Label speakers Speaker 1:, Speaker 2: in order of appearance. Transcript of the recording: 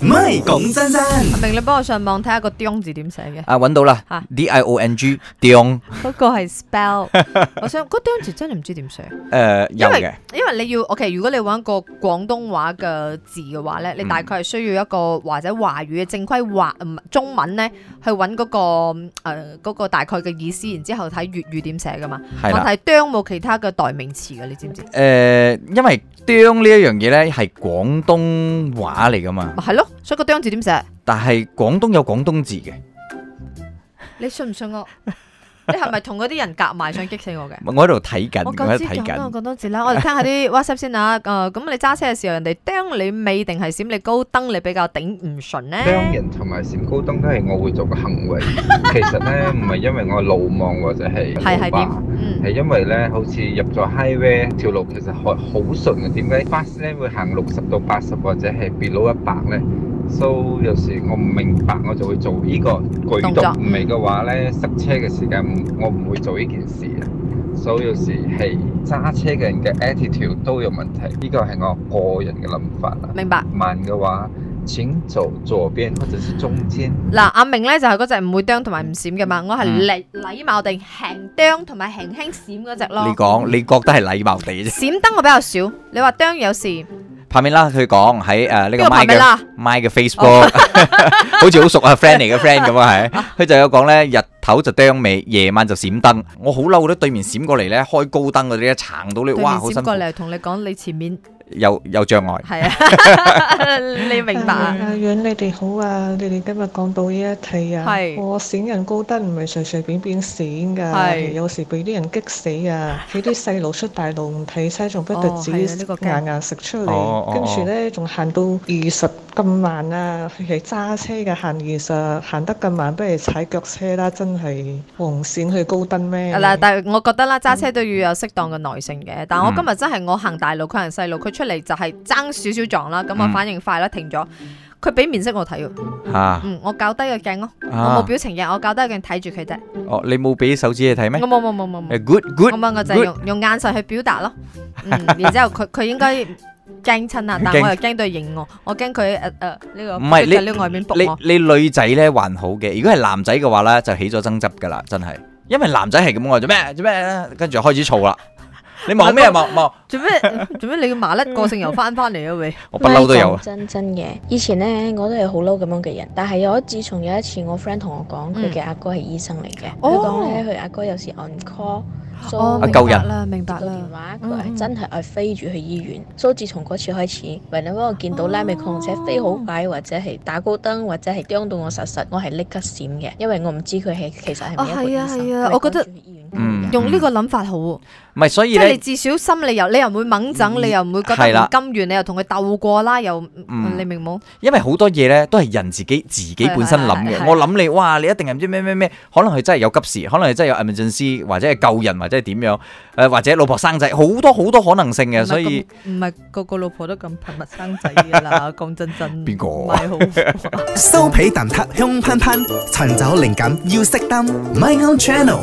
Speaker 1: 唔係講真真，
Speaker 2: 阿啊明，你幫我上網睇下個 dong 字點寫嘅？
Speaker 3: 啊，揾到啦
Speaker 2: 嚇
Speaker 3: ，D I O N G 定
Speaker 2: 嗰個係 spell，我想嗰 dong 字真係唔知點寫，
Speaker 3: 誒
Speaker 2: 因
Speaker 3: 有嘅
Speaker 2: 為，因為你要 OK，如果你揾個廣東話嘅字嘅話咧，你大概係需要一個或者華語嘅正規華唔係中文咧去揾嗰個誒嗰個大概嘅意思，然之後睇粵語點寫噶嘛。問
Speaker 3: 係啦，
Speaker 2: 題 dong 冇其他嘅代名詞嘅，你知唔知？咪
Speaker 3: 誒，因為叮呢一樣嘢咧係廣東話嚟噶嘛，
Speaker 2: 係咯，所以個 dong 字點寫？
Speaker 3: 但係廣東有廣東字嘅，
Speaker 2: 你信唔信我？ 你係咪同嗰啲人夾埋想激死我嘅？
Speaker 3: 我喺度睇緊，
Speaker 2: 我
Speaker 3: 我
Speaker 2: 夠
Speaker 3: 喺
Speaker 2: 知講
Speaker 3: 度睇
Speaker 2: 多
Speaker 3: 緊，
Speaker 2: 講多字啦，我哋聽下 啲 WhatsApp 先啊。誒、咁你揸車嘅時候，人哋釘你尾定係閃你高燈，你比較頂唔順呢？
Speaker 4: 雙人同埋閃高燈都係我會做嘅行為。其實咧唔係因為我路望或者係
Speaker 2: 係係點
Speaker 4: 路霸？
Speaker 2: 嗯，
Speaker 4: 係因為咧好似入咗 highway 條路其實係好順嘅，點解 fast 咧會行六十到八十或者係 below 一百咧？So 有時我唔明白我就會做呢個舉
Speaker 2: 動作
Speaker 4: 動，唔係嘅話咧塞車嘅時間唔我唔會做呢件事啊。所以有時係揸車嘅人嘅 attitude 都有問題，呢個係我個人嘅諗法啦。
Speaker 2: 明白。
Speaker 4: 慢嘅話，請走左邊或者是中間。
Speaker 2: 嗱，阿明咧就係嗰只唔會釘同埋唔閃嘅嘛，我係禮禮貌定輕釘同埋輕輕閃嗰只
Speaker 3: 你
Speaker 2: 咯。
Speaker 3: 講你覺得係禮貌地啫，
Speaker 2: 閃燈我比較少，你話釘有時
Speaker 3: 帕面啦，佢講喺誒呢個
Speaker 2: 邊個旁
Speaker 3: My
Speaker 2: 邊
Speaker 3: 嘅。
Speaker 2: 啦？
Speaker 3: My 嘅 Facebook，好似好熟啊，friend à, 嚟嘅 friend 咁啊，係。佢就有講咧，日頭就啄尾，夜晚就閃燈。我好嬲咧，對面閃過嚟咧，開高燈嗰啲咧，撐到你，
Speaker 2: 對面
Speaker 3: 哇，好辛
Speaker 2: 閃
Speaker 3: 苦
Speaker 2: 過，嚟同你講，你前面
Speaker 3: 有有障礙。
Speaker 2: 係啊，你明白啊？
Speaker 5: 啊阿遠，你哋好啊！你哋今日講到呢一題啊
Speaker 2: 係，
Speaker 5: 我閃人高燈唔係隨隨便便閃㗎，
Speaker 2: 係
Speaker 5: 有時俾啲人激死啊！俾啲細路出大路唔睇車，仲不特
Speaker 2: 哦
Speaker 5: 止
Speaker 2: 係啊呢個驚
Speaker 5: 硬硬食出
Speaker 3: 哦哦
Speaker 5: 嚟，跟住咧仲行到二十咁慢啊！佢係揸車嘅行二十，行得咁慢，不如踩腳車啦！真係黃線去高燈咩？
Speaker 2: 啊嗱，
Speaker 3: 嗯
Speaker 2: 但係我覺得啦，揸車都要有適當嘅耐性嘅。但我今日真係我行大路，佢行細路，佢出嚟就係爭少少撞啦，咁我
Speaker 3: 嗯
Speaker 2: 反應快啦，停咗。佢俾面色我睇喎，
Speaker 3: 嚇，
Speaker 2: 嗯，我較低個鏡咯，我
Speaker 3: 啊
Speaker 2: 冇表情嘅，我較低個鏡睇住佢啫，
Speaker 3: 哦，你冇俾手指你睇咩
Speaker 2: 我？冇冇冇冇冇，
Speaker 3: 誒，good
Speaker 2: 我
Speaker 3: good，
Speaker 2: 咪我就係用用眼神去表 達咯，嗯，然之後佢佢應該驚親 啊，但
Speaker 3: 驚
Speaker 2: 我又驚對認我，我驚佢誒誒呢個
Speaker 3: 唔係你
Speaker 2: 佢喺外面仆我，
Speaker 3: 你你女仔咧還好嘅，如果係男仔嘅話咧，就起咗爭執㗎啦，真係。因為男仔係咁我做咩做咩，跟住開 始嘈啦。你望咩啊望望？
Speaker 2: 做咩做咩你嘅麻甩個性又翻翻嚟啊喂！
Speaker 3: 我不嬲都有
Speaker 6: 唔係講
Speaker 3: 啊。
Speaker 6: 真真嘅，以前呢，我都係好嬲咁樣嘅人，但係有自從有一次我 friend 同我講，佢嘅阿哥係醫生嚟嘅，佢
Speaker 2: 哦
Speaker 6: 講咧佢阿哥有時 on call，
Speaker 2: 哦，
Speaker 6: 所
Speaker 3: 嗯啊
Speaker 2: 明
Speaker 3: 救人
Speaker 2: 白啦，明白
Speaker 6: 個
Speaker 2: 啦
Speaker 6: 電。話，
Speaker 2: 嗯
Speaker 6: 佢
Speaker 2: 嗯
Speaker 6: 係真係愛飛住去醫院。所以自從嗰次開始，為咗我見到咧，咪狂且飛好快，或者係打高燈，或者係啄到我實實，我係立刻閃嘅，因為我唔知佢係其實係咪一個醫
Speaker 2: 啊係啊
Speaker 6: 生。
Speaker 2: 係啊
Speaker 6: 佢係
Speaker 2: 我覺得
Speaker 6: 趕住去醫院
Speaker 3: 嗯
Speaker 6: 嘅
Speaker 2: 用呢個諗法好喎，
Speaker 3: 唔係，所以
Speaker 2: 即係
Speaker 3: 咧
Speaker 2: 你。至少心理又你又唔會掹整，
Speaker 3: 嗯
Speaker 2: 你又唔會覺
Speaker 3: 係
Speaker 2: 得
Speaker 3: 啦
Speaker 2: 唔甘願，你又同佢鬥過啦，又
Speaker 3: 嗯
Speaker 2: 你明冇？
Speaker 3: 因為好多嘢咧都係人自己自己本身諗
Speaker 2: 係係係
Speaker 3: 嘅。我諗你，哇！你一定係唔知咩咩咩，可能佢真係有急事，可能佢真係有 emergency，或者係救人，或者係點樣，誒、或者老婆生仔，好多好多可能性嘅。所以
Speaker 2: 唔係個個老婆都咁頻密生仔㗎 啦，講真真
Speaker 3: 邊個啊
Speaker 2: 唔
Speaker 3: 唔
Speaker 2: 係
Speaker 3: 係
Speaker 2: 好
Speaker 1: 酥皮蛋撻香噴噴，尋找靈感要熄燈，My own channel。